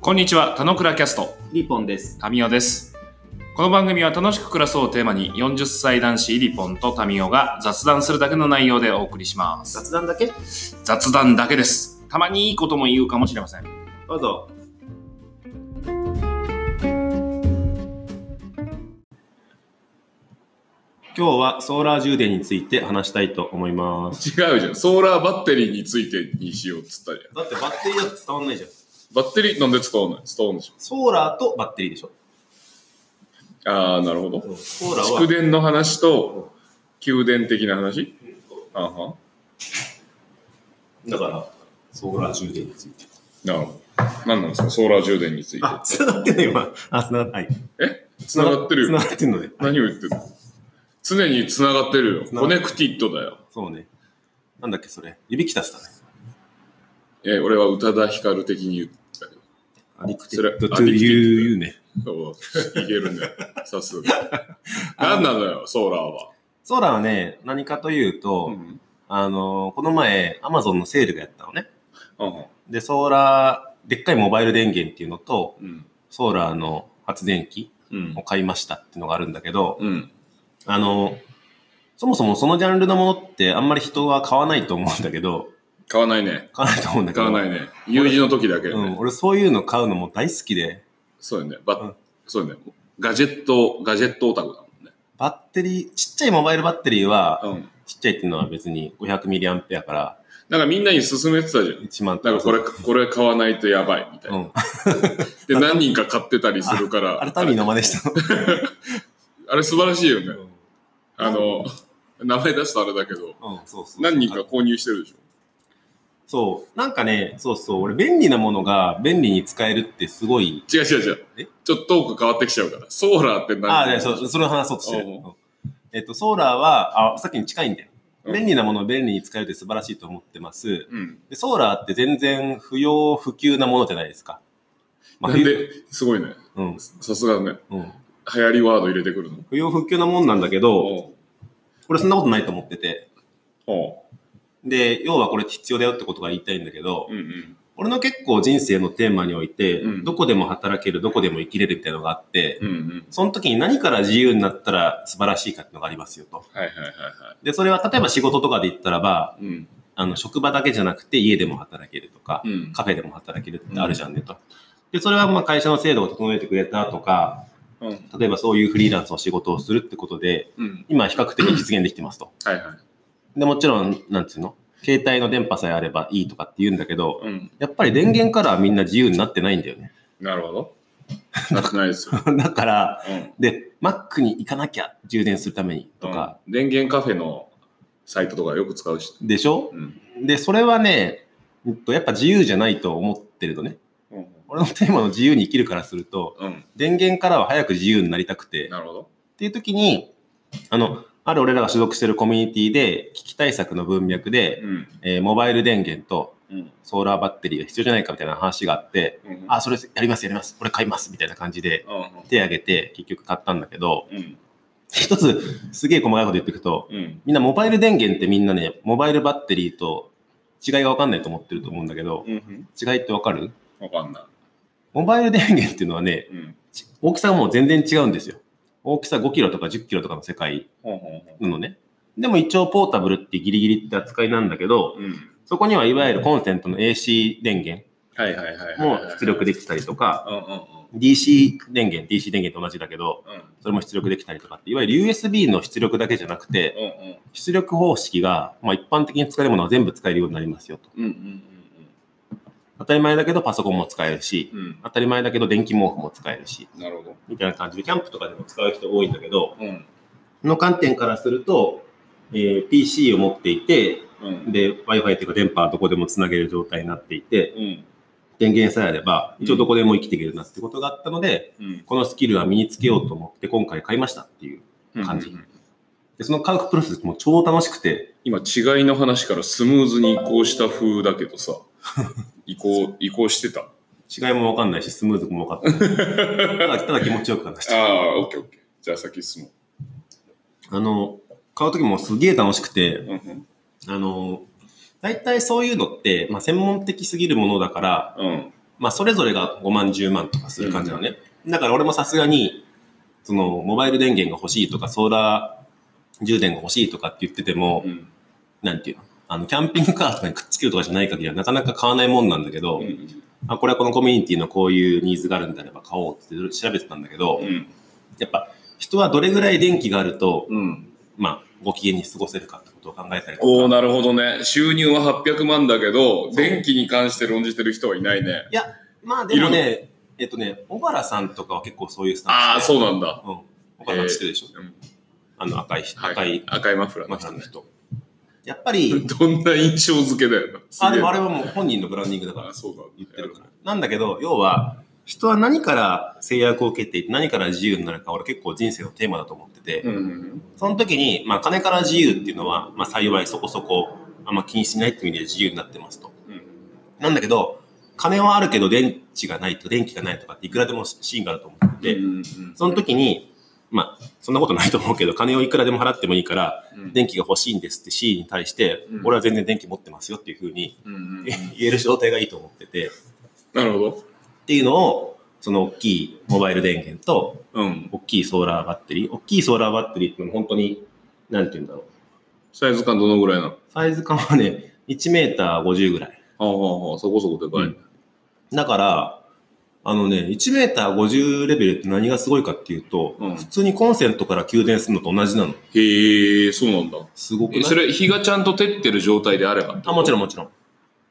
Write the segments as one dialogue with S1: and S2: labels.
S1: こんにちは、田野倉キャスト、
S2: リポンです。
S1: タミオです。この番組は楽しく暮らそうをテーマに、40歳男子リポンとタミオが雑談するだけの内容でお送りします。
S2: 雑談だけど
S1: 雑談だけです。たまにいいことも言うかもしれません。
S2: うぞ。今日はソーラー充電について話したいと思います。
S3: 違うじゃん。ソーラーバッテリーについてにしようっつったじゃん。
S2: だってバッテリーだと伝わんないじゃん。
S3: バッテリーなんで伝わんない伝わんでしょ。
S2: ソーラーとバッテリーでしょ。
S3: あー、なるほど。
S2: ソーラー
S3: 蓄
S2: は
S3: 電の話と、給電的な話あんはん
S2: だからソーラー充電について。
S3: なるほど。何なんですかソーラー充電について。
S2: あ、繋がってない今。あ、繋がってない。
S3: え繋がってる
S2: 繋
S3: よ。
S2: がってんのね。
S3: 何を言ってるの常に繋がってるよ。
S2: 繋が
S3: コ
S2: って
S3: ネ
S2: る
S3: クティッドだよ。
S2: そうね。なんだっけそれ。指きたすだね。
S3: え、俺は宇多田ヒカル的に言ったけど
S2: アディク
S3: それ
S2: と you ね。。
S3: そういけ るね。さすが。何なのよ、ソーラーは。
S2: ソーラーはね、何かというと、
S3: うん。
S2: あのーこの前、アマゾンのセールがやったのね。
S3: あんはん
S2: で、ソーラー、でっかいモバイル電源っていうのと、
S3: うん。
S2: ソーラーの発電機
S3: うん
S2: を。買いましたっていうのがあるんだけど、
S3: うん。
S2: あのーそもそもそのジャンルのものってあんまり人は買わないと思うんだけど、
S3: 買わないね。
S2: 買わないと思うんだけ
S3: 買
S2: ど。
S3: わないね。友人の時だけ、ね
S2: うん、俺そういうの買うのも大好きで、
S3: そうよね。ば、
S2: うん
S3: そうよね。ガジェット、ガジェットオタクだもんね。
S2: バッテリー、ちっちゃいモバイルバッテリーは、
S3: うん。
S2: ちっちゃいっていうのは別に 500mAh から
S3: なんかみんなに勧めてたじゃん。
S2: 1万
S3: なんかこれ、これ買わないとやばいみたいうな。
S2: ん。
S3: で、何人か買ってたりするから。
S2: あれタミーの真似したの。
S3: あれ素晴らしいよね。あの、名前出すとあれだけど、
S2: うん、そうそう。
S3: 何人か購入してるでしょ。
S2: そう。なんかね、そうそう。俺、便利なものが便利に使えるってすごい。
S3: 違う違う違
S2: え
S3: う。ちょっとトーク変わってきちゃうから。ソーラーって何
S2: ああ、いやそう、それを話そうとしてる。
S3: おう
S2: うんえっと、ソーラーは、あ、さっきに近いんだよ。
S3: うん
S2: 便利なものを便利に使えるって素晴らしいと思ってます。
S3: うん。
S2: で、ソーラーって全然不要不急なものじゃないですか。まあ
S3: なんで、すごいね。
S2: 不うん、
S3: さすがね。
S2: うん。
S3: 流行りワード入れてくるの。
S2: 不要不急なもんなんだけど、
S3: おう
S2: 俺そんなことないと思ってて。
S3: お
S2: で、要はこれ必要だよってことが言いたいんだけど
S3: う、うんうん。
S2: 俺の結構人生のテーマにおいて、
S3: うん
S2: どこでも働ける、どこでも生きれるみたいなのがあって、
S3: うんうん。
S2: その時に何から自由になったら素晴らしいかっていうのがありますよと。
S3: はいはいはいは
S2: で、それは例えば仕事とかで言ったらば、
S3: い。うん。
S2: あの、職場だけじゃなくて家でも働けるとか
S3: う、ん。
S2: カフェでも働けるってあるじゃんねと。で、それはまあ会社の制度を整えてくれたとか、
S3: うん。
S2: 例えばそういうフリーランスの仕事をするってことで、
S3: うん。
S2: 今比較的実現できてます と。
S3: はいはい。
S2: で、もちろん、なんつうの携帯の電波さえあればいいとかって言うんだけど、
S3: うん。
S2: やっぱり電源からはみんな自由になってないんだよね。
S3: なるほど。 なってないですよ。
S2: だから、
S3: うん。
S2: で、Mac に行かなきゃ充電するためにとか、
S3: うん、電源カフェのサイトとかよく使うし。
S2: でしょ
S3: うん。
S2: で、それはね、うんとやっぱ自由じゃないと思ってるのね。
S3: うん。
S2: 俺のテーマの自由に生きるからすると、
S3: うん。
S2: 電源からは早く自由になりたくて、っ
S3: なるほど。
S2: ていう時に、あの、ある俺らが所属してるコミュニティで、危機対策の文脈で、
S3: うん。
S2: えーモバイル電源と
S3: うん。
S2: ソーラーバッテリーが必要じゃないかみたいな話があって、
S3: うん。
S2: あ、それやりますやります、俺買いますみたいな感じで
S3: う
S2: 手挙げて結局買ったんだけど、
S3: ん。うん。
S2: 一つすげえ細かいこと言っていくと、
S3: うん。
S2: みんなモバイル電源ってみんなね、モバイルバッテリーと違いがわかんないと思ってると思うんだけど、
S3: うん。
S2: 違いってわかる
S3: わかんな
S2: モバイル電源っていうのはね、
S3: い。うん。
S2: ち大きさがもう全然違うんですよ。大きさ5キロとか10キロとかの世界
S3: ほうほうほ
S2: なのね。でも一応ポータブルってギリギリって扱いなんだけど、
S3: う。うん。
S2: そこにはいわゆるコンセントの AC 電源
S3: はいはいはいはい。
S2: も出力できたりとか、
S3: うんうん
S2: DC 電源、DC 電源と同じだけど、
S3: うん。うん。
S2: それも出力できたりとかって、いわゆる USB の出力だけじゃなくて、
S3: うん
S2: 出力方式が、まあ、一般的に使えるものは全部使えるようになりますよと。
S3: うん。うん
S2: 当たり前だけどパソコンも使えるし、
S3: うんうん。うん。
S2: 当たり前だけど電気毛布も使えるし、
S3: なるほど。
S2: みたいな感じで、キャンプとかでも使う人多いんだけど、
S3: うん。
S2: の観点からすると、えー PC を持っていて、
S3: うん。
S2: で、Wi-Fi というか電波はどこでもつなげる状態になっていて、
S3: うん。
S2: 電源さえあれば、一応どこでも生きていけるなってことがあったので、
S3: うん。
S2: このスキルは身につけようと思って今回買いましたっていう。
S3: うん。
S2: 感じで、その買うプロセスも超楽しくて、
S3: 今違いの話からスムーズに移行した風だけど さ移行移行してた
S2: 違いもわかんないし、スムーズもわかった。ただ、ただ気持ちよく話し
S3: あ
S2: た。
S3: あ、オッケーオッケー。じゃあ先進も
S2: あの、買う時もすげえ楽しく
S3: う。
S2: て、
S3: うんうん。
S2: あの、大体そういうのって、まあ、専門的すぎるものだから、
S3: うん。
S2: まあ、それぞれが5万、10万とかする感じなのね。だから俺もさすがに、その、モバイル電源が欲しいとか、ソーラー充電が欲しいとかって言ってても、
S3: うん
S2: なんていうのあの、キャンピングカーとかにくっつけるとかじゃない限りは、なかなか買わないもんなんだけど、
S3: うん
S2: あ、これはこのコミュニティのこういうニーズがあるんであれば買おうって調べてたんだけど、やっぱ、人はどれぐらい電気があると、
S3: うん
S2: まあ、ご機嫌に過ごせるかってことを考えたりとか。
S3: おおなるほどね収入は800万だけど電気に関して論じてる人はいないね
S2: まあでもね、えっとね、小原さんとかは結構そういうス
S3: あ
S2: タン
S3: あ
S2: スで。
S3: そうなんだ、
S2: あそう。うん。小原さん知ってるでしょ、
S3: うん
S2: あの赤い人、
S3: は
S2: 赤
S3: い
S2: い、
S3: 赤いマフラーの
S2: マキさ
S3: 人
S2: んの
S3: ね
S2: 人。やっぱり、
S3: どんな印象付けだよなすげえ
S2: あ、でもあれはもう本人のブランディングだから
S3: あそうだ
S2: 言ってるから。なんだけど、要は、人は何から制約を受けていて、何から自由になるか、俺結構人生のテーマだと思ってて、
S3: うんうん
S2: その時に、まあ金から自由っていうのは、まあ幸いそこそこ、あんま気にしないっていう意味で自由になってますと。
S3: うん
S2: なんだけど、金はあるけど電池がないと、電気がないとかっていくらでもシーンがあると思ってて、
S3: うんうんうん
S2: その時に、まあ、そんなことないと思うけど、金をいくらでも払ってもいいから、
S3: うん
S2: 電気が欲しいんですって C に対して、
S3: うん
S2: 俺は全然電気持ってますよっていうふうに
S3: うんうん
S2: 言える状態がいいと思ってて、っ
S3: なるほど
S2: ていうのを、その大きいモバイル電源と、
S3: うん
S2: 大きいソーラーバッテリー、大きいソーラーバッテリーっていうのは本当に、なんて言うんだろう。
S3: サイズ感どのぐらいなの
S2: サイズ感はね、1メーター50ぐらい。
S3: ああ、ああそこそこでかい、ね
S2: だから、あのね、1メーター50レベルって何がすごいかっていうと、
S3: うん
S2: 普通にコンセントから給電するのと同じなの。
S3: へえそうなんだ
S2: すごくな
S3: え
S2: い
S3: それ日がちゃんと照ってる状態であれば
S2: あ、もちろんもちろん。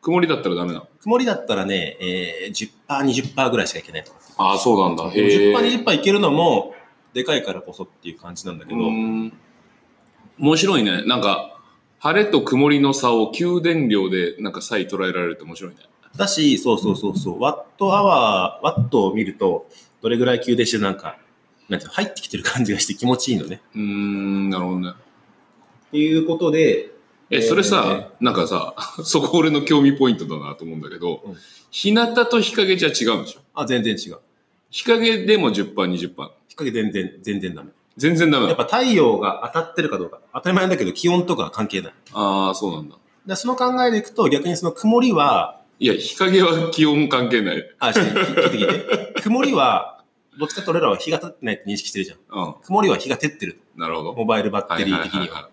S3: 曇りだったらダメなの
S2: 曇りだったらね、えー、10%、20%ぐらいしかいけないとか。
S3: ああそうなんだ
S2: でも10%、
S3: へえ
S2: 20%いけるのも、でかいからこそっていう感じなんだけど、
S3: うん面白いねなんか晴れと曇りの差を給電量でなんか差異捉えられるって面白いね
S2: だし、そうそうそうそう、ワットアワー、ワットを見ると、どれぐらい給電してなんか、なんていうの入ってきてる感じがして気持ちいいのね。
S3: うーんなるほどね
S2: っていうことで、
S3: えそれさ、なんかさ そこ俺の興味ポイントだなと思うんだけど、
S2: うん
S3: 日向と日陰じゃ違うんでしょ
S2: あ、全然違う。
S3: 日陰でも10パー20パー
S2: 日陰全然、全然ダメ。
S3: 全然ダ
S2: や
S3: メな
S2: っ
S3: の
S2: ぱ太陽が当たってるかどうか、当たり前だけど気温とかは関係ない。
S3: ああそうなんだ
S2: でその考えでいくと、逆にその曇りは、
S3: いや日陰は気温関係ない
S2: あ、ちょっと聞いて聞いて。曇りは、どっちかと俺らは日が経ってないって認識してるじゃん。
S3: うん
S2: 曇りは日が照ってる。
S3: なるほど
S2: モバイルバッテリー的
S3: はい
S2: に
S3: はい
S2: は。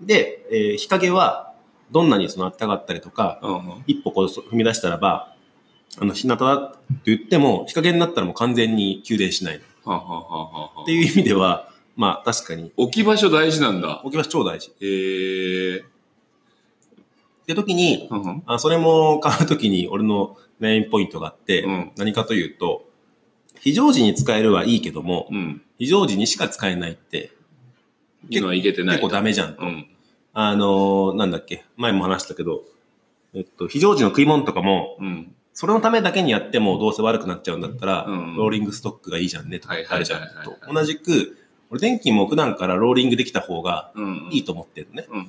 S2: で、えー日陰は、どんなにその暖かかったりとか、
S3: はいはいうんうん
S2: 一歩こう踏み出したらば、あの、日向だと言っても、日陰になったらもう完全に給電しない。っ
S3: はあはあはあはあ
S2: ていう意味では、まあ確かに、
S3: 置き場所大事なんだ。
S2: 置き場所超大事。
S3: へえ。
S2: って時に、
S3: うんうん
S2: あそれも買うときに俺のメインポイントがあって、
S3: うん
S2: 何かというと、非常時に使えるはいいけども、
S3: うん。
S2: 非常時にしか使えないって結
S3: 今いけてない。
S2: 結構ダメじゃん。
S3: うん。
S2: あのーなんだっけ、前も話したけど、えっと、非常時の食い物とかも、
S3: うん。
S2: それのためだけにやってもどうせ悪くなっちゃうんだったら、
S3: うん
S2: ローリングストックがいいじゃんねとか
S3: はい
S2: あ
S3: はいはい
S2: る
S3: はい
S2: じゃんと。同じく、俺電気も普段からローリングできた方が
S3: うん。
S2: いいと思ってるのね。
S3: うん。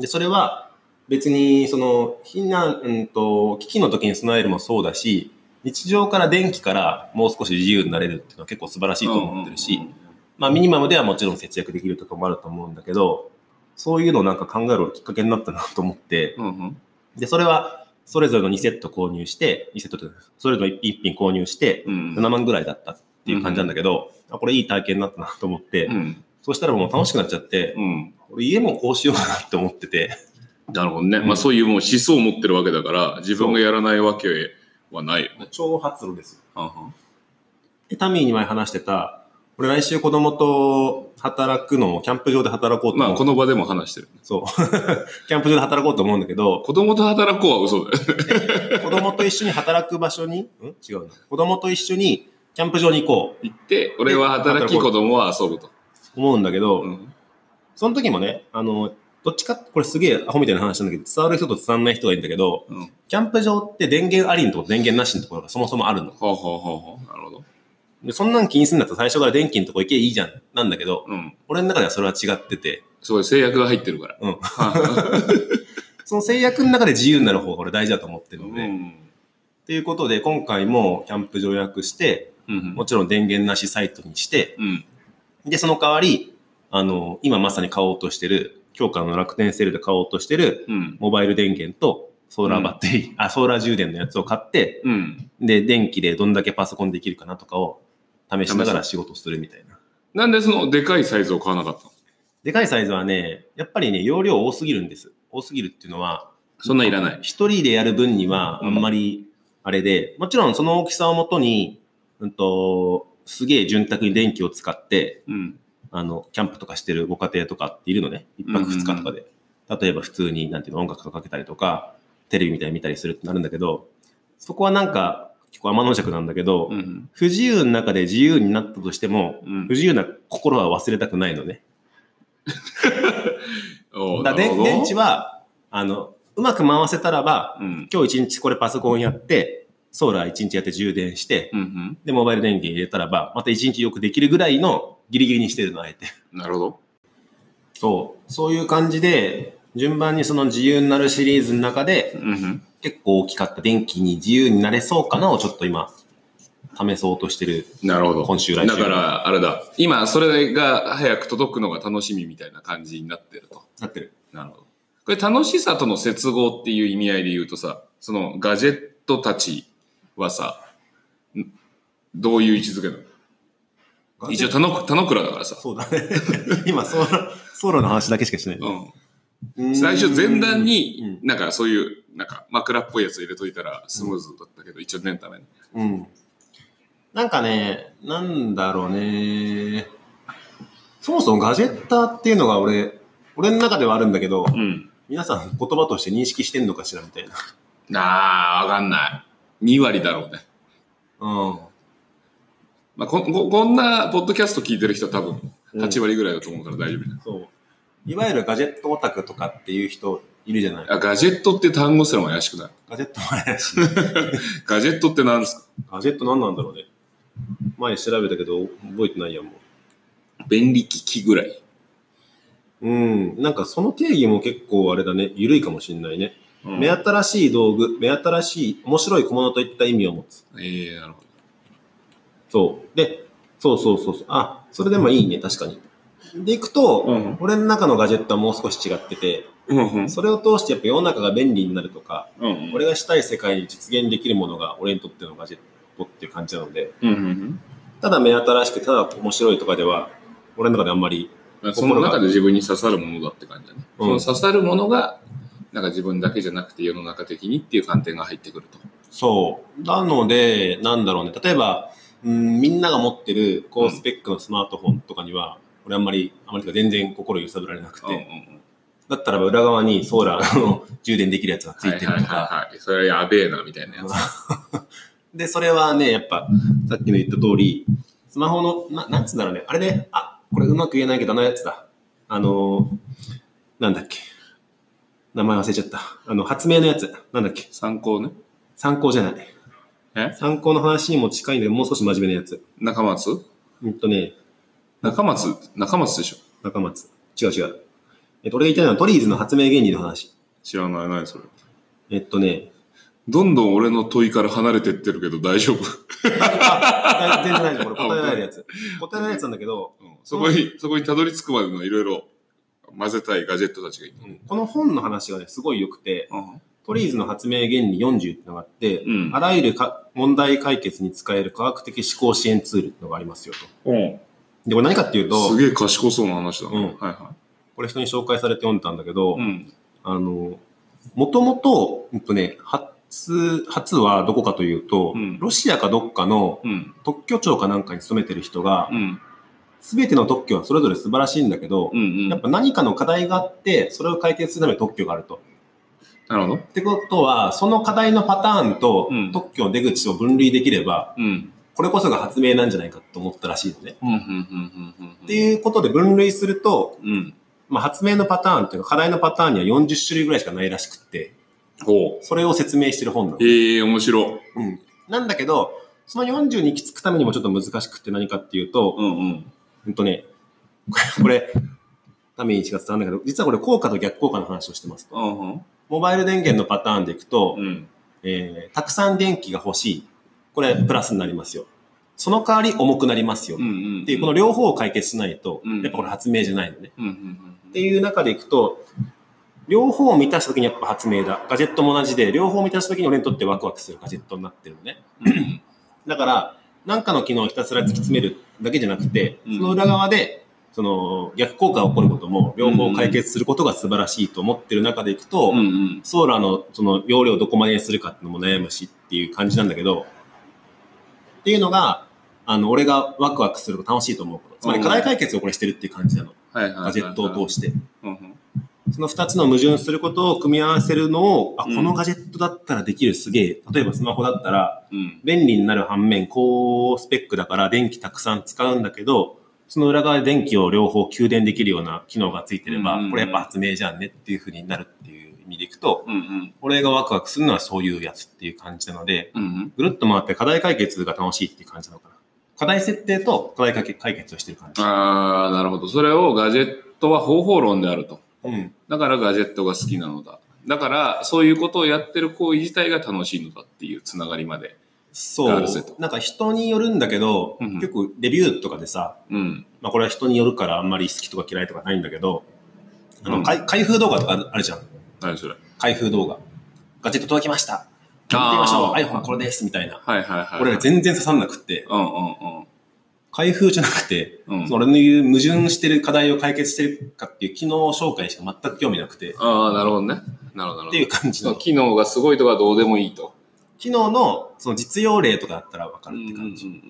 S2: で、それは別に、その、避難、うんと、危機の時に備えるもそうだし、日常から電気からもう少し自由になれるっていうのは結構素晴らしいと思ってるし、
S3: うんうんうん
S2: まあミニマムではもちろん節約できるとかもあると思うんだけど、そういうのをなんか考えるきっかけになったなと思って、
S3: うん。うんうん
S2: で、それはそれぞれの2セット購入して、2セットというかそれぞれの1品購入して、
S3: うん。
S2: 7万ぐらいだったっていう感じなんだけど、あこれいい体験になったなと思って、
S3: うん。
S2: そうしたらもう楽しくなっちゃって、
S3: うん。
S2: 俺家もこうしようかなって思ってて、
S3: なるほどね。まあそういうもう思想を持ってるわけだから、自分がやらないわけはないよね。
S2: 超発露ですよ。
S3: うんうん
S2: で、タミーに前話してた、俺来週子供と働くのをキャンプ場で働こうと思う。
S3: まあこの場でも話してる。
S2: そう。 キャンプ場で働こうと思うんだけど、
S3: 子供と働こうは嘘だ よ。
S2: 子供と一緒に働く場所に、ん違うな。子供と一緒にキャンプ場に行こ
S3: 行って、俺は働き、子供は遊ぶと。
S2: うと思うんだけど、
S3: うん。
S2: その時もね、あの、どっちか、これすげえアホみたいな話なんだけど、伝わる人と伝わらない人がいるんだけど、
S3: うん。は
S2: キャンプ場って電源ありのところ、電源なしのところがそもそもあるの。
S3: あはあはあはあ。なるほど。
S2: でそんなん気にするんだったら最初から電気のとこ行けばいいじゃん、なんだけど、
S3: うん。
S2: 俺の中ではそれは違ってて、
S3: すごい制約が入ってるから。
S2: うん
S3: は
S2: その制約の中で自由になる方が俺大事だと思って
S3: い。
S2: る
S3: う
S2: ので。っ
S3: ん。
S2: ていうことで、今回もキャンプ場予約して、
S3: うん
S2: もちろん電源なしサイトにして、
S3: うん。
S2: で、その代わり、あの、今まさに買おうとしてる、今日からの楽天セールで買おうとしてる
S3: うん。
S2: モバイル電源とソーラーバッテリー、あ、ソーラー充電のやつを買って、
S3: うん。
S2: で、電気でどんだけパソコンできるかなとかを試しながら仕事するみたいな。
S3: なんでそのでかいサイズを買わなかったの
S2: でかいサイズはね、やっぱりね、容量多すぎるんです。多すぎるっていうのは、
S3: そんないらない。
S2: 一人でやる分にはあんまりあれで、もちろんその大きさをもとに、うんと、すげえ潤沢に電気を使って、
S3: うん。
S2: あの、キャンプとかしてるご家庭とかっているのね。一泊二日とかで。例えば普通に、なんていうの、音楽とかかけたりとか、テレビみたいに見たりするってなるんだけど、そこはなんか、結構天の尺なんだけど、
S3: うん。
S2: 不自由の中で自由になったとしても、
S3: うん
S2: 不。自由な心は忘れたくないのね。
S3: おー
S2: だからで電池
S3: は、
S2: は、あの、うまく回せたらば、
S3: うん。
S2: 今日一日これパソコンやって、ソーラー一日やって充電して、
S3: うん
S2: で、モバイル電源入れたらば、また一日よくできるぐらいのギリギリにしてるの、あえて。
S3: うん。なるほど。
S2: そう。そういう感じで、順番にその自由になるシリーズの中
S3: う
S2: で、
S3: んうん。
S2: 結構大きかった電気に自由になれそうかなをちょっと今、試そうとしてる。
S3: なるほど。
S2: 今週来
S3: だ
S2: 週
S3: から、あれだ。今、それが早く届くのが楽しみみたいな感じになってると。
S2: なってる。
S3: なるほど。これ楽しさとの接合っていう意味合いで言うとさ、そのガジェットたちはさ、んどういう位置づけなの一応、田野田野倉だからさ。
S2: そうだね。 今、ソーラー、ソーラーの話だけしかしてない。
S3: うん。最初前段に、
S2: う
S3: なんかそういう、なんか枕っぽいやつ入れといたらスムーズだったけど、一応念のために。
S2: ん。うん。なんかね、なんだろうね。そもそもガジェッターっていうのが俺、俺の中ではあるんだけど、
S3: うん。
S2: 皆さん言葉として認識してんのかしらみたいな。
S3: なあ、わかんない。2割だろうね。
S2: うん。
S3: まあ、こここんなポッドキャスト聞いてる人は多分8割ぐらいだと思うから大丈夫だ、
S2: そう。いわゆるガジェットオタクとかっていう人いるじゃない
S3: あガジェットって単語すらも怪しくない
S2: ガジェットも怪しい。
S3: ガジェットって何ですか
S2: ガジェット何なんだろうね。前調べたけど覚えてないやも
S3: 便利機器ぐらい、
S2: う。うん。なんかその定義も結構あれだね。緩いかもしんないね。目新しい道具、目新しい、面白い小物といった意味を持つ。
S3: ええなるほど
S2: そう。で、そうそうそうそう。あ、それでもいいね、確かに。で、いくと、
S3: うん
S2: 俺の中のガジェットはもう少し違ってて、
S3: うんうん
S2: それを通してやっぱ世の中が便利になるとか、
S3: うん
S2: 俺がしたい世界に実現できるものが俺にとってのガジェットっていう感じなので、
S3: うんうん
S2: ただ目新しくてただ面白いとかでは、俺の中であんまり、
S3: うんその中で自分に刺さるものだって感じだね、
S2: うん
S3: その刺さるものがなんか自分だけじゃなくて世の中的にっていう観点が入ってくると
S2: そう。なので、なんだろうね。例えば、うん、みんなが持ってる高スペックのスマートフォンとかには、俺あんまり、あんまりというか全然心揺さぶられなくて、
S3: ん
S2: だったらば裏側にソーラーの充電できるやつがつ
S3: はい
S2: い
S3: はい
S2: て
S3: は
S2: る
S3: い
S2: とか。
S3: はいそれはやべえなみたいなやつ
S2: で、それはね、やっぱ、さっきの言った通り、スマホの、ななんつうんだろうね。あれね、あ、これうまく言えないけど、あのやつだ。あのーなんだっけ。名前忘れちゃった。あの、発明のやつ。なんだっけ。
S3: 参考ね
S2: 参考じゃない。
S3: え
S2: 参考の話にも近いんだけど、もう少し真面目なやつ。
S3: 中松
S2: うんとね、
S3: 中松中松でしょ
S2: 中松。違う違う。えっと、俺が言いたいのはトリーズの発明原理の話。
S3: 知らないないそれ
S2: えっとね、
S3: どんどん俺の問いから離れてってるけど大丈夫。
S2: あ全然大丈夫。これ答えられる やつ。答えられるやつなんだけど、
S3: そこに、そこにたどり着くまでのいろいろ混ぜたいガジェットたちがいる。
S2: うんこの本の話がね、すごい良くて、
S3: うん。
S2: トリーズの発明原理40っていうのがあって、
S3: うん
S2: あらゆるか問題解決に使える科学的思考支援ツールっていうのがありますよと。で、これ何かっていうと
S3: す、げえ賢そうな話だね。
S2: うん
S3: はいは
S2: これ人に紹介されて読んだんだけど、
S3: い。ん。
S2: あの、もともと、うんとね、初、初はどこかというと、
S3: うん
S2: ロシアかどっかの
S3: うん。
S2: 特許庁かなんかに勤めてる人が
S3: う、ん。
S2: すべての特許はそれぞれ素晴らしいんだけど、
S3: うん。
S2: やっぱ何かの課題があって、それを解決するための特許があると。
S3: なるほど。
S2: ってことは、その課題のパターンと
S3: うん
S2: 特許の出口を分類できれば、
S3: うん。
S2: これこそが発明なんじゃないかと思ったらしいのね。
S3: うん。うん。うん。
S2: っていうことで分類すると、
S3: うん。うん。
S2: まあ、発明のパターンっていうか課題のパターンには40種類ぐらいしかないらしくって、
S3: ほ
S2: それを説明してる本なの
S3: う。。へえ、面白い。
S2: うん。なんだけど、その40に行き着くためにもちょっと難しくって何かっていうと、
S3: うんうん。
S2: ほんとね、 これ、ために1月なんだけど、実はこれ効果と逆効果の話をしてますと。
S3: うん。
S2: モバイル電源のパターンでいくと、
S3: うん。
S2: えーたくさん電気が欲しい。これプラスになりますよ。その代わり重くなりますよ。
S3: うん。うん。
S2: っていう、この両方を解決しないと
S3: うん、
S2: やっぱこれ発明じゃないのね。
S3: うん。うん。
S2: っていう中でいくと、両方を満たした時にやっぱ発明だ。ガジェットも同じで、両方を満たした時に俺にとってワクワクするガジェットになってるのね。だから、なんかの機能をひたすら突き詰めるだけじゃなくて、
S3: うん
S2: その裏側で、その逆効果が起こることも、両方を解決することが素晴らしいと思ってる中でいくと、
S3: うんうん。
S2: ソーラーのその容量をどこまでにするかっていうのも悩むしっていう感じなんだけど、っていうのが、あの、俺がワクワクすると楽しいと思うこと。つまり課題解決をこれしてるっていう感じなの。
S3: はいはいはいはい。
S2: ガジェットを通して。
S3: うんうん。
S2: その2つの矛盾することを組み合わせるのを、あ、
S3: うん
S2: このガジェットだったらできるすげえ。例えばスマホだったら、
S3: うん。
S2: 便利になる反面、高スペックだから電気たくさん使うんだけど、その裏側で電気を両方給電できるような機能がついてれば
S3: うん、
S2: これやっぱ発明じゃんねっていう風になるっていう意味でいくと、
S3: うんうん。
S2: 俺がワクワクするのはそういうやつっていう感じなので、
S3: うんうん。
S2: ぐるっと回って課題解決が楽しいっていう感じなのかな。課題設定と課題解決解決をしてる感じ。
S3: ああ、なるほど。それをガジェットは方法論であると。
S2: うん。
S3: だからガジェットが好きなのだ。だから、そういうことをやってる行為自体が楽しいのだっていうつながりまで。
S2: そ
S3: な
S2: う
S3: るほど。
S2: なんか人によるんだけど、
S3: うんうん
S2: 結構レビューとかでさ、
S3: うん。
S2: まあこれは人によるからあんまり好きとか嫌いとかないんだけど、あの、
S3: うん
S2: 開開封動画とかあるじゃん。
S3: 何それ。
S2: 開封動画。ガジェット届きました。
S3: あー
S2: やってみましょう。iPhone これです。みたいな。
S3: はいはいはい。
S2: 俺ら全然刺さんなくって、
S3: うんうん
S2: 開封じゃなくて、
S3: うん。うん
S2: そ、の俺の言う矛盾してる課題を解決してるかっていう機能紹介しか全く興味なくて、
S3: ああ、なるほどね。なるほどなるほど。
S2: っていう感じ
S3: その
S2: の。
S3: 機能がすごいとかどうでもいいと。
S2: 機能のその実用例とかだったらわか
S3: う
S2: る
S3: んう
S2: って
S3: んう
S2: 感じ。
S3: ん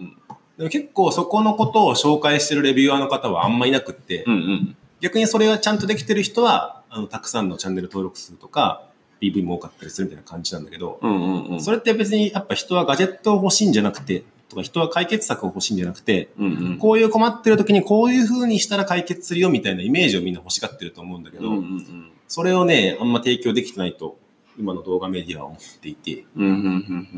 S2: でも結構そこのことを紹介してるレビュアーの方はあんまいなくって、
S3: うん。うんうん。
S2: 逆にそれがちゃんとできてる人は、あの、たくさんのチャンネル登録数とか、PV も多かったりするみたいな感じなんだけど、
S3: うんうんうん。
S2: それって別にやっぱ人はガジェットを欲しいんじゃなくて、とか人は解決策を欲しいんじゃなくて、
S3: うんうん。
S2: こういう困ってる時にこういう風にしたら解決するよみたいなイメージをみんな欲しがってると思うんだけ
S3: う
S2: ど、
S3: んうんうん。
S2: それをね、あんま提供できてないと、今の動画メディアは思っていて、っ
S3: うんうんう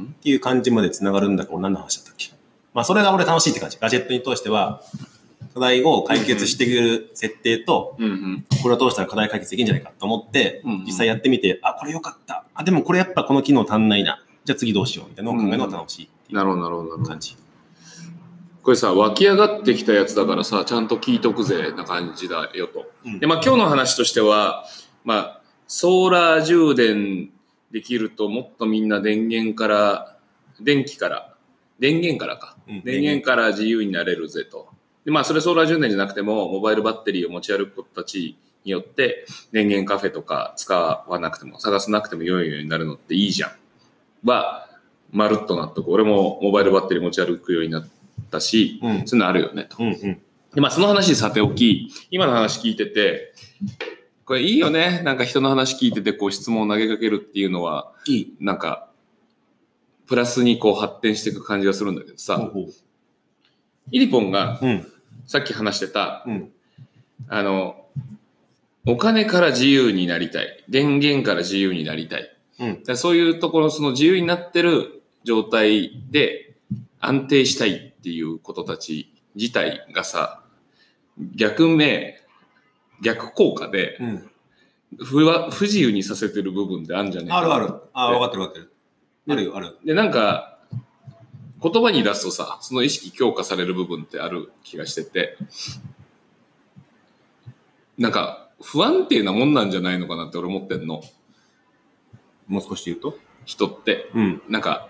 S3: ん
S2: ていう感じまで繋がるんだけど、何の話だったっけまあ、それが俺楽しいって感じ。ガジェットに通しては、課題を解決してくれる設定と、
S3: うん。うんうん。
S2: これを通したら課題解決できるんじゃないかと思って
S3: うんうん、
S2: 実際やってみて、あ、これ良かった。あ、でもこれやっぱこの機能足んないな。じゃあ次どうしようみたいなのを考えるのが楽しいってい
S3: なるほどなるほどなる
S2: う
S3: ほど
S2: 感。じ。
S3: これさ、湧き上がってきたやつだからさ、ちゃんと聞いとくぜな感じだよと。
S2: うん
S3: で、まあ今日の話としては、まあ、ソーラー充電できるともっとみんな電源から、電気から、電源からか。
S2: うん
S3: 電源から自由になれるぜと。で、まあそれソーラー充電じゃなくても、モバイルバッテリーを持ち歩く子たちによって、電源カフェとか使わなくても、探さなくても良いようになるのっていいじゃん。は、まるっと納得。俺もモバイルバッテリー持ち歩くようになったし、
S2: うん
S3: そういうのあるよねと。
S2: うんうん。
S3: で、まあその話さておき、今の話聞いてて、これいいよね。なんか人の話聞いてて、こう質問を投げかけるっていうのは、
S2: いい。
S3: なんか、プラスにこう発展していく感じがするんだけど
S2: ほう
S3: さ、
S2: ほう
S3: イリポンが
S2: うん。
S3: さっき話してた、
S2: うん。
S3: あの、お金から自由になりたい。電源から自由になりたい。
S2: うん
S3: だからそういうところ、その自由になってる状態で安定したいっていうことたち自体がさ、逆名、逆効果で、
S2: うん。
S3: 不わ不自由にさせてる部分であんじゃねえか
S2: あるある。あ、わかってるわかってる。あるよ、ある。
S3: で、なんか、言葉に出すとさ、その意識強化される部分ってある気がしてて、なんか、不安定なもんなんじゃないのかなって俺思ってんの。
S2: もう少し言うと
S3: 人って。
S2: うん。
S3: なんか、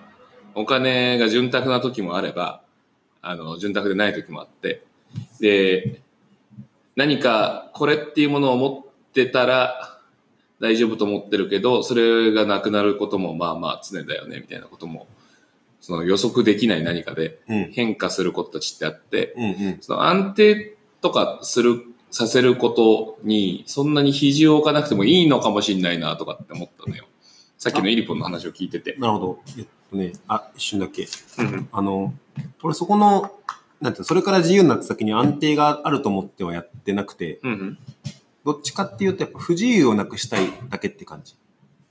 S3: お金が潤沢な時もあれば、あの、潤沢でない時もあって、で、何かこれっていうものを持ってたら大丈夫と思ってるけど、それがなくなることもまあまあ常だよね、みたいなことも、その予測できない何かで
S2: うん。
S3: 変化することたちってあって、
S2: うんうん。
S3: その安定とかする、させることに、そんなに肘を置かなくてもいいのかもしれないなとかって思ったのよ。さっきのイリポンの話を聞いてて。
S2: なるほど。えっとね、あ、一瞬だけ。
S3: うん
S2: あの、俺そこの、なんていうのそれから自由になった先に安定があると思ってはやってなくて、
S3: うん
S2: どっちかっていうとやっぱ不自由をなくしたいだけって感じ。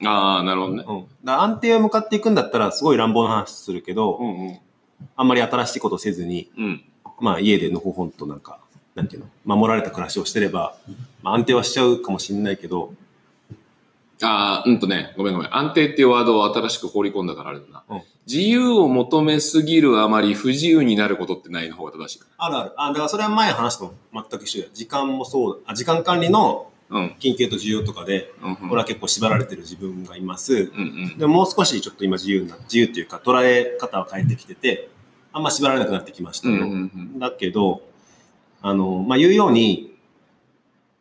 S3: うん、ああ、なるほどね。
S2: うん。だから安定を向かっていくんだったらすごい乱暴な話するけど、
S3: んうん。
S2: あんまり新しいことせずに、
S3: うん。
S2: まあ家でのほほんとなんか、なんていうの、守られた暮らしをしてれば、まあ安定はしちゃうかもしれないけど、
S3: ああ、うんとね、ごめんごめん。安定っていうワードを新しく放り込んだからあれだな。
S2: うん
S3: 自由を求めすぎるあまり不自由になることってないの方が正しいか
S2: あるある。あ、だからそれは前話したの全く一緒だよ。時間もそうだ。あ、時間管理の
S3: うん。
S2: 緊急と需要とかで、
S3: うんうん。
S2: 俺は結構縛られてる自分がいます。
S3: うんうん。
S2: でももう少しちょっと今自由な、自由っていうか捉え方を変えてきてて、あんま縛られなくなってきました
S3: うん
S2: よ。
S3: うん
S2: だけど、あの、まあ、言うように、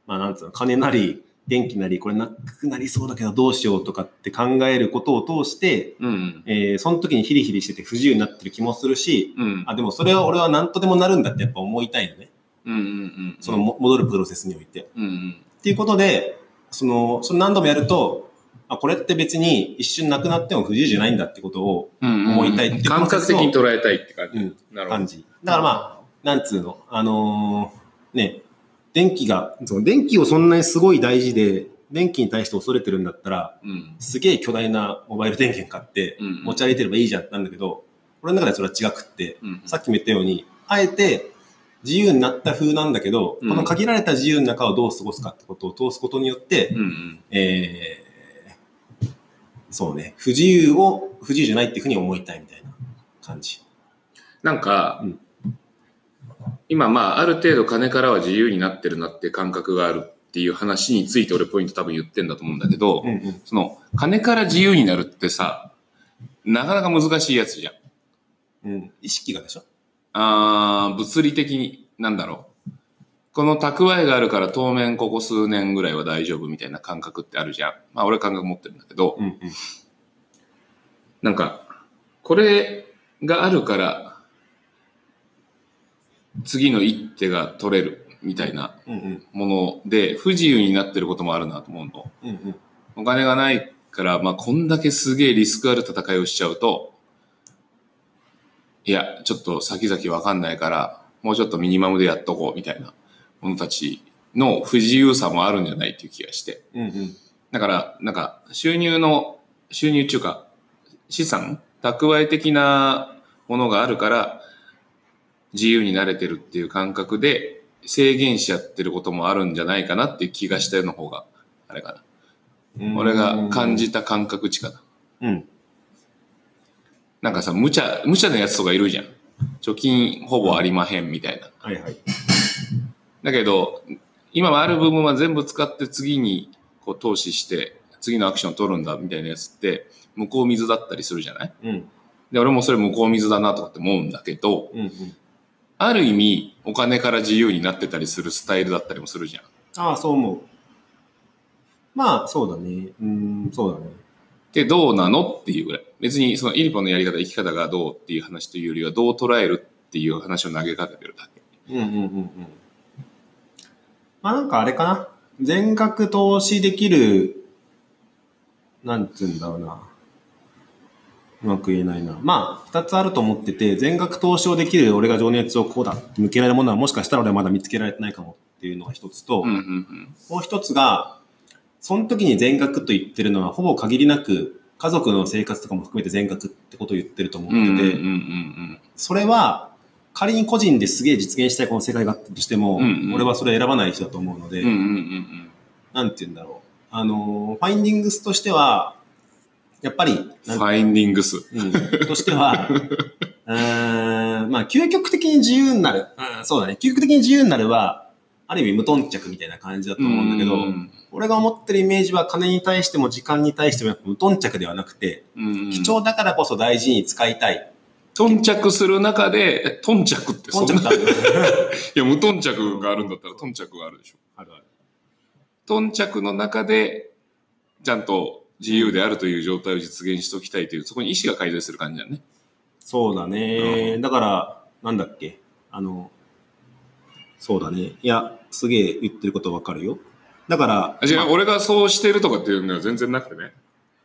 S2: まあ、なんつうの、金なり、電気なり、これなくなりそうだけどどうしようとかって考えることを通して、
S3: うん。うん
S2: えーその時にヒリヒリしてて不自由になってる気もするし、
S3: うん。
S2: あ、でもそれは俺は何とでもなるんだってやっぱ思いたいのね。
S3: うんうんうん。
S2: その、も戻るプロセスにおいて。っ
S3: うんうん。
S2: ていうことで、その、その何度もやると、あ、これって別に一瞬なくなっても不自由じゃないんだってことを
S3: うん
S2: 思いたいっていう
S3: 感覚的に捉えたいって感じ。
S2: うん
S3: なるほど
S2: 感。じ。だからまあ、なんつうの、あのーね、電気が、その電気をそんなにすごい大事で、電気に対して恐れてるんだったら、
S3: うん。
S2: すげえ巨大なモバイル電源買って、
S3: うんうん
S2: 持ち歩いてればいいじゃんってなんだけど、俺の中ではそれは違くって、
S3: うん
S2: さっきも言ったように、あえて自由になった風なんだけど、
S3: うん
S2: この限られた自由の中をどう過ごすかってことを通すことによって、
S3: うんうん。
S2: えーそうね、不自由を不自由じゃないっていうふうに思いたいみたいな感じ。
S3: なんか、
S2: うん
S3: 今まあある程度金からは自由になってるなって感覚があるっていう話について俺ポイント多分言ってんだと思うんだけど、
S2: うんうん
S3: その金から自由になるってさ、なかなか難しいやつじゃん。
S2: うん、意識がでしょ
S3: あー物理的に、なんだろう。この蓄えがあるから当面ここ数年ぐらいは大丈夫みたいな感覚ってあるじゃん。まあ俺は感覚持ってるんだけど、
S2: うんうん
S3: なんか、これがあるから、次の一手が取れるみたいな
S2: うんうん
S3: もので、不自由になってることもあるなと思うの。
S2: うんうん
S3: お金がないから、まあ、こんだけすげえリスクある戦いをしちゃうと、いや、ちょっと先々わかんないから、もうちょっとミニマムでやっとこうみたいなものたちの不自由さもあるんじゃないっていう気がして。
S2: うんうん
S3: だから、なんか、収入の、収入中か、資産蓄え的なものがあるから、自由になれてるっていう感覚で、制限しちゃってることもあるんじゃないかなっていう気がしたような方が、あれか
S2: うん
S3: な。俺が感じた感覚値かな。
S2: うん
S3: なんかさ、無茶、無茶なやつとかいるじゃん。貯金ほぼありまへんみたいな。
S2: はいはい
S3: だけど、今はある部分は全部使って次にこう投資して、次のアクションを取るんだみたいなやつって、向こう水だったりするじゃない
S2: うん
S3: で、俺もそれ向こう水だなとかって思うんだけど、
S2: うんうん
S3: ある意味、お金から自由になってたりするスタイルだったりもするじゃん。っ
S2: ああそう思うまあそうだねうんそうだね
S3: てどうなのっていうぐらい。別にそのイリポのやり方、生き方がどうっていう話というよりは、どう捉えるっていう話を投げかけてるだけ。
S2: うんうんうんうんまあなんかあれかな全額投資できるなんつうんだろうなうまく言えないな。まあ、二つあると思ってて、全額投資をできる俺が情熱をこうだ、向けられるものはもしかしたら俺はまだ見つけられてないかもっていうのが一つと、
S3: うんうんうん。
S2: もう一つが、その時に全額と言ってるのは、ほぼ限りなく、家族の生活とかも含めて全額ってことを言ってると思っ
S3: うんうんうん
S2: てて、
S3: うん
S2: それは、仮に個人ですげえ実現したいこの世界があったとしても、
S3: うんうん
S2: 俺はそれ選ばない人だと思うので、
S3: うん。うんうんうん
S2: なんて言うんだろう。あのーファインディングスとしては、やっぱり、
S3: う。
S2: なんん
S3: ファインディングス。
S2: うん、として は、うーん、まあ、究極的に自由になる、うん、そうだね、究極的に自由になるは、ある意味無頓着みたいな感じだと思うんだけど、
S3: うん
S2: 俺が思ってるイメージは金に対しても時間に対してもやっぱ無頓着ではなくて、
S3: うん
S2: 貴重だからこそ大事に使いたい。
S3: 頓着する中で、え頓着ってそん
S2: 頓
S3: な、
S2: 着
S3: い
S2: だ。
S3: や、無頓着があるんだったら頓着があるでしょ。
S2: あるある
S3: 頓着の中で、ちゃんと自由であるという状態を実現しておきたいという、そこに意思が介在する感じだよね。
S2: そうだね。だから、なんだっけ。あの、そうだね。いや、すげえ言ってることわかるよ。だから、
S3: あ違う、
S2: ま
S3: 俺がそうしてるとかっていうのは全然なくてね。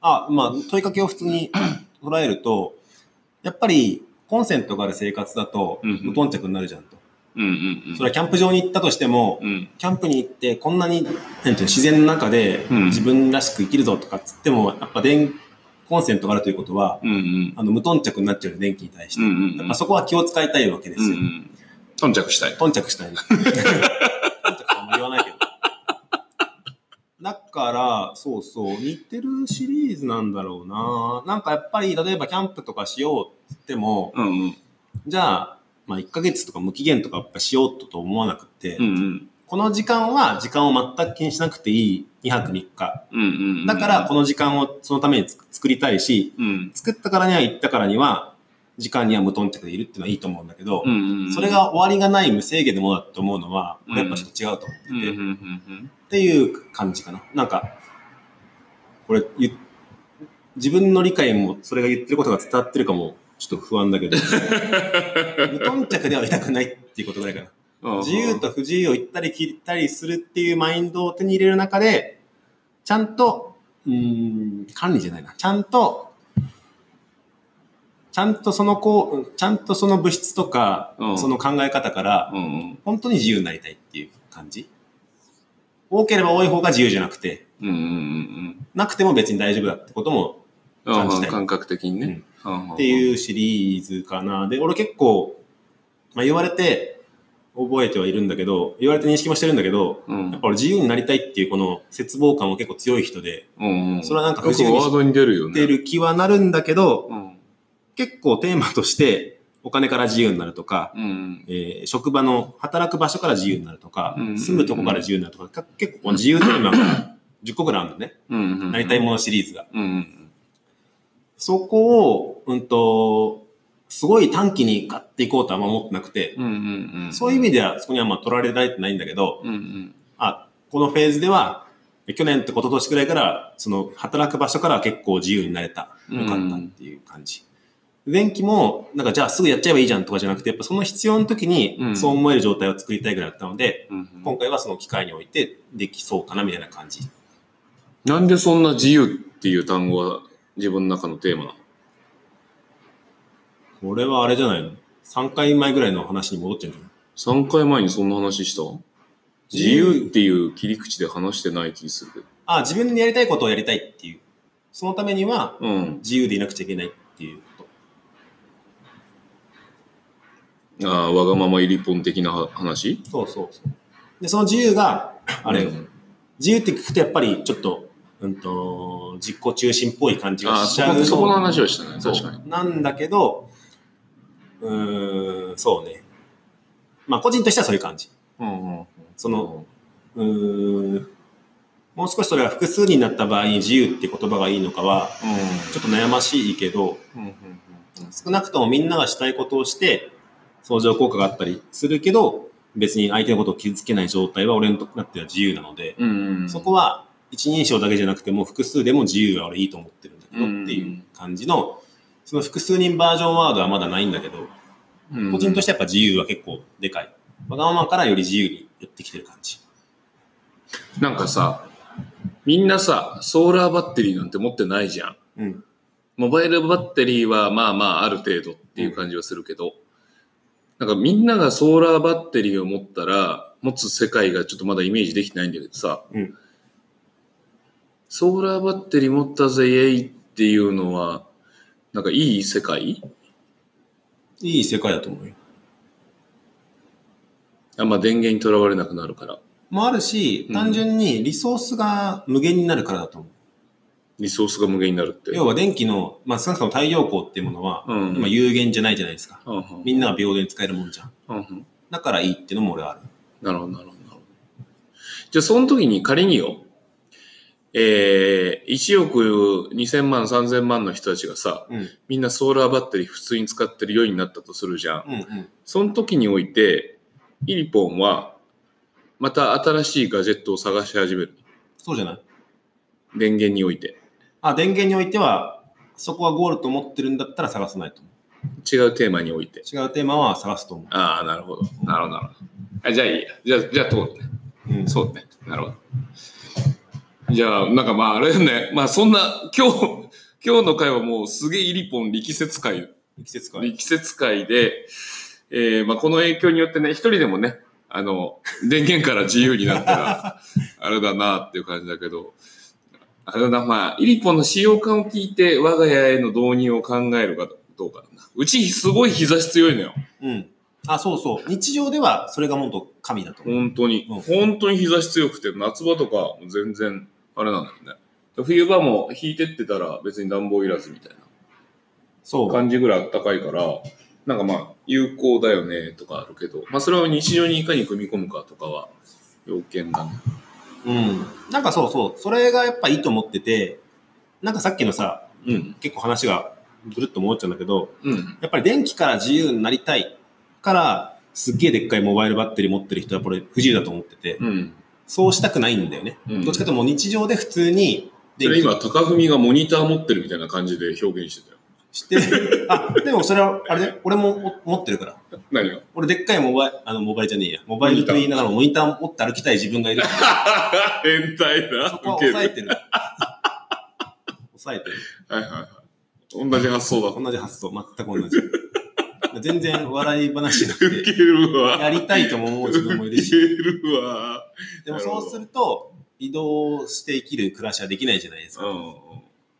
S2: あ、まあ、問いかけを普通 に捉えると、やっぱり、コンセントがある生活だと、
S3: うんうん
S2: 無頓着になるじゃんと。
S3: うんうんうん。
S2: それはキャンプ場に行ったとしても、
S3: うん。
S2: キャンプに行ってこんなになんていうの自然の中で
S3: うん
S2: 自分らしく生きるぞとかっつっても、やっぱ電コンセントがあるということは
S3: うんうん。
S2: あの無頓着になっちゃうよ電気に対して、
S3: うんうんうん
S2: やっぱそこは気を使いたいわけで
S3: うん
S2: す
S3: う
S2: よ、
S3: ん。頓着したい。
S2: 頓着 したいな頓着とあんま言わないけどだからそうそう似てるシリーズなんだろうななんかやっぱり例えばキャンプとかしようっつっても
S3: うんうん。
S2: じゃあまあ1ヶ月とか無期限とかやっぱしようとと思わなくって、
S3: うんうん。
S2: この時間は時間を全く気にしなくていい2泊3日。
S3: うんうんうん。
S2: だから、、この時間をそのためにつく作りたいし、
S3: うん。
S2: 作ったからには行ったからには、時間には無頓着でいるっていうのはいいと思うんだけど
S3: う、んうん。
S2: それ、が終わりがない無制限のものだと思うのは、
S3: うん
S2: 俺やっぱちょっと違うと思
S3: うんうん
S2: って
S3: う
S2: て、っ
S3: ん
S2: ていう感じかな。なんか、これ、ゆ自分の理解も、それが言ってることが伝わってるかも、ちょっと不安 だけど、無頓着ではいたくないっていうことぐらいかな。
S3: うん。
S2: 自由と不自由を言ったり聞いたりするっていうマインドを手に入れる中で、ちゃんと、うーん、管理じゃないな。ちゃんと、ちゃんとそのこう、ちゃんとその物質とか、
S3: うん
S2: その考え方から、
S3: うんうん。
S2: 本当に自由になりたいっていう感じ。多ければ多い方が自由じゃなくて、
S3: うんうんうん
S2: なくても別に大丈夫だってことも、
S3: うん。うん
S2: 感
S3: う
S2: じ
S3: ん
S2: たい
S3: 感覚的にね。っ。
S2: っていううシリーズかな。で、俺結構、まあ、言われて覚えてはいるんだけど、言われて認識もしてるんだけど、
S3: うん
S2: やっぱ俺自由になりたいっていうこの絶望感も結構強い人で、
S3: うんうん。
S2: それはなんか不
S3: よ
S2: 自
S3: く
S2: 由に
S3: ワードに出るよね。
S2: 出。る気はなるんだけど、
S3: うん。
S2: 結構テーマとして、お金から自由になるとか、
S3: うん。
S2: えー職場の働く場所から自由になるとか、
S3: うん
S2: 住むとこから自由になるとか、か結構この自由テーマが10個ぐらいあるのね。
S3: うんうんうん。
S2: なりたいものシリーズが。
S3: うんうん
S2: そこを、うんと、すごい短期に買っていこうとはあんま思ってなくて、
S3: うん。うんうんうん。
S2: そういう意味ではそこにはまあ取られられてないんだけど、
S3: うんうん。
S2: あ、このフェーズでは、去年と一昨年くらいから、その働く場所からは結構自由になれた。よかったっていう感じ。前期も、なんかじゃあすぐやっちゃえばいいじゃんとかじゃなくて、やっぱその必要の時
S3: う
S2: に
S3: ん
S2: そう思える状態を作りたいぐらいだったので、
S3: うんうん
S2: 今回はその機会においてできそうかなみたいな感じ。
S3: なんでそんな自由っていう単語は自分の中のテーマなの
S2: これはあれじゃないの ?3 回前ぐらいの話に戻っちゃうんじゃない
S3: ?3 回前にそんな話した自由っていう切り口で話してない気するけど。
S2: あ、自分でやりたいことをやりたいっていう。そのためには
S3: うん。
S2: 自由でいなくちゃいけないっていうこと。
S3: ああ、わがままイリポン的なは話
S2: そうそうそう。で、その自由が、あれよ、
S3: うん
S2: 自由って聞くとやっぱりちょっと、うんと、実行中心っぽい感じ
S3: あ
S2: が
S3: あ、
S2: し
S3: そ
S2: ちゃう
S3: こ、そこの話はしたね。
S2: そう
S3: 確かに。
S2: なんだけど、うーん、そうね。まあ、個人としてはそういう感じ。
S3: うんうん。
S2: その、うーん、もう少しそれが複数になった場合に自由って言葉がいいのかは、
S3: うん。
S2: ちょっと悩ましいけど、
S3: うん。うん。
S2: 少なくともみんながしたいことをして、相乗効果があったりするけど、別に相手のことを傷つけない状態は俺にとっては自由なので、
S3: うんうん。
S2: そこは一人称だけじゃなくてもう複数でも自由は俺いいと思ってるんだけどっていう感じの、その複数人バージョンワードはまだないんだけど、
S3: うん、。
S2: 個人としててやっぱ自由は結構でかい。わがままからより自由にやってきてる感じ。
S3: なんかさ、みんなさ、ソーラーバッテリーなんて持ってないじゃん。
S2: うん。
S3: モバイルバッテリーはまあまあある程度っていう感じはするけど、なんかみんながソーラーバッテリーを持ったら、持つ世界がちょっとまだイメージできてないんだけどさ、
S2: うん
S3: ソーラーバッテリー持ったぜ、イエイっていうのは、なんかいい世界
S2: いい世界だと思うよ。
S3: あんま電源にとらわれなくなるから。
S2: もあるし
S3: う、ん
S2: 単純にリソースが無限になるからだと思う。
S3: リソースが無限になるって。
S2: 要は電気の、まあ少なくとも太陽光っていうものは、
S3: うん
S2: 今有限じゃないじゃないですか。
S3: うんうん
S2: みんなが平等に使えるもんじゃん。
S3: うんうん
S2: だからいいっていうのも俺はある。
S3: なるほど、なるほどなるほど。じゃあ、その時に仮によ、えー、1億2000万、3000万の人たちがさ、
S2: うん。
S3: みんなソーラーバッテリー普通に使ってるようになったとするじゃん。
S2: うんうん。
S3: その時において、イリポンは、また新しいガジェットを探し始める。
S2: そうじゃない
S3: 電源において。
S2: あ、電源においては、そこはゴールと思ってるんだったら探さないと思
S3: 違うテーマにおいて。
S2: う。違うテーマは探すと思
S3: ああ、なるほど。なるほど、なるほど。あじゃあいいや。じゃあ、じゃあ、通るね。
S2: う。うん
S3: そうね。なるほど。じゃあ、なんかまあ、あれね。 まあ、そんな、今日、今日の回はもうすげえイリポン力説会
S2: 季節感。
S3: 季節会で、えーまあ、この影響によってね、一人でもね、あの、電源から自由になったら、あれだなっていう感じだけど、あれだな、まあ、イリポンの使用感を聞いて、我が家への導入を考えるかどうかだな。うち、すごい日差し強いのよ。
S2: うん。あ、そうそう。日常ではそれが本当神だと思う。
S3: 本当に。
S2: うん
S3: 本当に日差し強くて、夏場とか全然、あれなんだよね。冬場も引いてってたら別に暖房いらずみたい
S2: そう
S3: な。感じぐらいあったかいから、なんかまあ、有効だよねとかあるけど、まあそれを日常にいかに組み込むかとかは、要件だね。
S2: うん。なんかそうそう。それがやっぱいいと思ってて、なんかさっきのさ、
S3: うん。
S2: 結構話がぐるっと戻っちゃうんだけど、
S3: うん。
S2: やっぱり電気から自由になりたいから、すっげえでっかいモバイルバッテリー持ってる人はこれ不自由だと思ってて、
S3: うん。
S2: そうしたくないんだよね。
S3: うん
S2: どっちかというともう日常で普通に
S3: そ
S2: 電
S3: れ
S2: 気
S3: 今、高文がモニター持ってるみたいな感じで表現してたよ。
S2: して、あ、でもそれは、あれね、俺も持ってるから。
S3: 何が
S2: 俺でっかいモバイル、あの、モバイルじゃねえや。モバイルと言いながらモニター持って歩きたい自分がいる。
S3: 変態だ。
S2: そこは
S3: ウケ
S2: 抑え
S3: る。
S2: てる。抑えてる。
S3: はいはいはい。同じ発想 だ。
S2: 同じ発想、全く同じ。全然笑い話じゃな
S3: ウ
S2: くて、
S3: ケるわ。
S2: やりたいとも思う自分もいるし、
S3: ウケるわ。
S2: でもそうすると、移動して生きる暮らしはできないじゃないです
S3: う
S2: か。
S3: ん。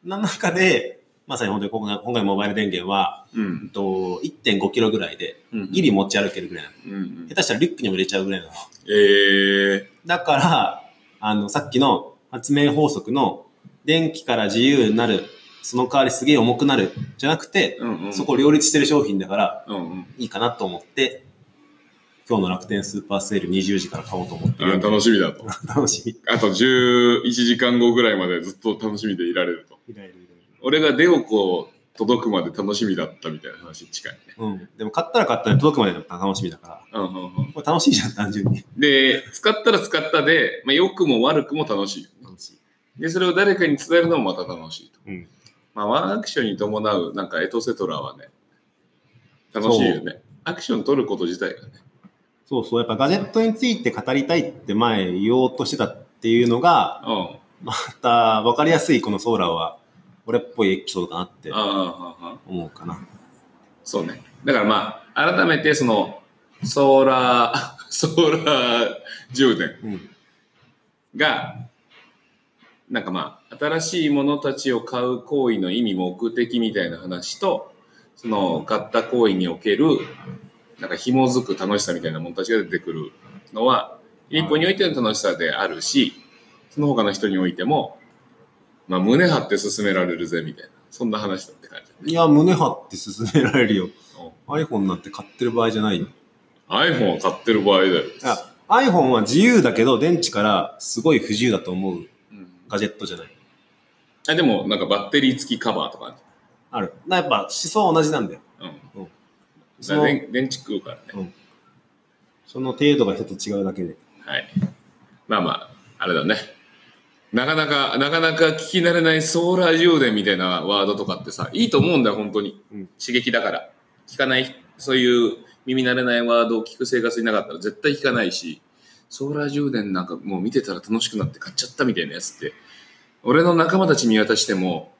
S2: な中で、まさに本当に今回今回モバイル電源は、
S3: う
S2: えっ
S3: ん。
S2: と1.5キロぐらいで、
S3: うん
S2: ギリ持ち歩けるぐらいなの。
S3: うん
S2: 下手したらリュックにも入れちゃうぐらいなの。
S3: えー。
S2: だから、あの、さっきの発明法則の電気から自由になる、その代わりすげえ重くなる、じゃなくて、
S3: うんうん。
S2: そこを両立してる商品だから
S3: うんうん。
S2: いいかなと思って、今日の楽天スーパーセール20時から買おうと思って
S3: あ
S2: る。
S3: 楽しみだと。
S2: 楽しみ。
S3: あと11時間後ぐらいまでずっと楽しみでいられると。俺がデオコ届くまで楽しみだったみたいな話に近いね。
S2: うん。でも買ったら買ったら届くまでだったら楽しみだから。
S3: うんうんうん。
S2: これ楽しいじゃん、単純に。
S3: で、使ったら使ったで、まあ、良くも悪くも楽しいよね。
S2: 楽しい。
S3: で、それを誰かに伝えるのもまた楽しいと。
S2: うん
S3: まあ、ワンアクションに伴う、なんかエトセトラはね、楽しいよね。アクション取ること自体がね。
S2: そうそう。やっぱガジェットについて語りたいって前言おうとしてたっていうのが、
S3: うん。あ
S2: また分かりやすいこのソーラーは、俺っぽいエピソードかなって
S3: あああ、ああ。
S2: 思うかな。
S3: そうね。だからまあ、改めてその、ソーラー、 ソーラー充電。
S2: うん。
S3: が、なんかまあ、新しいものたちを買う行為の意味、目的みたいな話と、その買った行為における、なんか紐づく楽しさみたいなものたちが出てくるのは、一歩においての楽しさであるし、その他の人においても、まあ、胸張って進められるぜ、みたいな。そんな話だって感じ。
S2: いや、胸張って進められるよ。iPhone なんて買ってる場合じゃないよ。
S3: iPhone を買ってる場合だよ。
S2: あ iPhone は自由だけど、電池からすごい不自由だと思う
S3: うん
S2: ガジェットじゃない。
S3: あでも、なんかバッテリー付きカバーとかある
S2: ある。なやっぱ思想は同じなんだよ。
S3: うん。
S2: うん
S3: だから電電池食うからね。
S2: その程度が一つ違うだけで。
S3: はい。まあまあ、あれだね。なかなか、なかなか聞き慣れないソーラー充電みたいなワードとかってさ、いいと思うんだよ、本当に
S2: うん。
S3: 刺激だから。聞かない、そういう耳慣れないワードを聞く生活になかったら絶対聞かないし、ソーラー充電なんかもう見てたら楽しくなって買っちゃったみたいなやつって、俺の仲間たち見渡しても、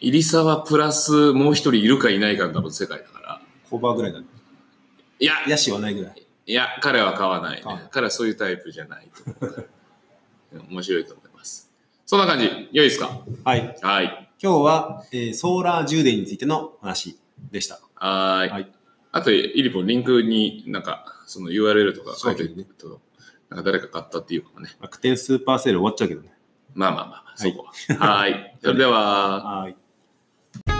S3: 入沢プラスもう一人いるかいないかの多分世界だから。
S2: コバーぐらいだね。
S3: いや、
S2: ヤシはないぐらい。
S3: いや、彼は買わない、ね
S2: 買わない。
S3: 彼はそういうタイプじゃないと思うから。面白いと思います。そんな感じ。良いですか
S2: はい。
S3: はい。
S2: 今日は、えーソーラー充電についての話でした。
S3: はーい。
S2: はい
S3: あと、イリポン、リンクになんか、その URL とか書いて
S2: そうだ
S3: ると、なんか誰か買ったっていうかもね。
S2: 楽天スーパーセール終わっちゃうけどね。
S3: まあまあまあまあ、そこは。はーい。それでは。
S2: はい。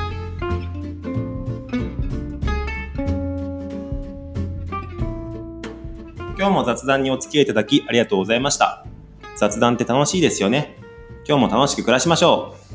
S2: 今日も雑談にお付き合いいただきありがとうございました。雑談って楽しいですよね。今日も楽しく暮らしましょう。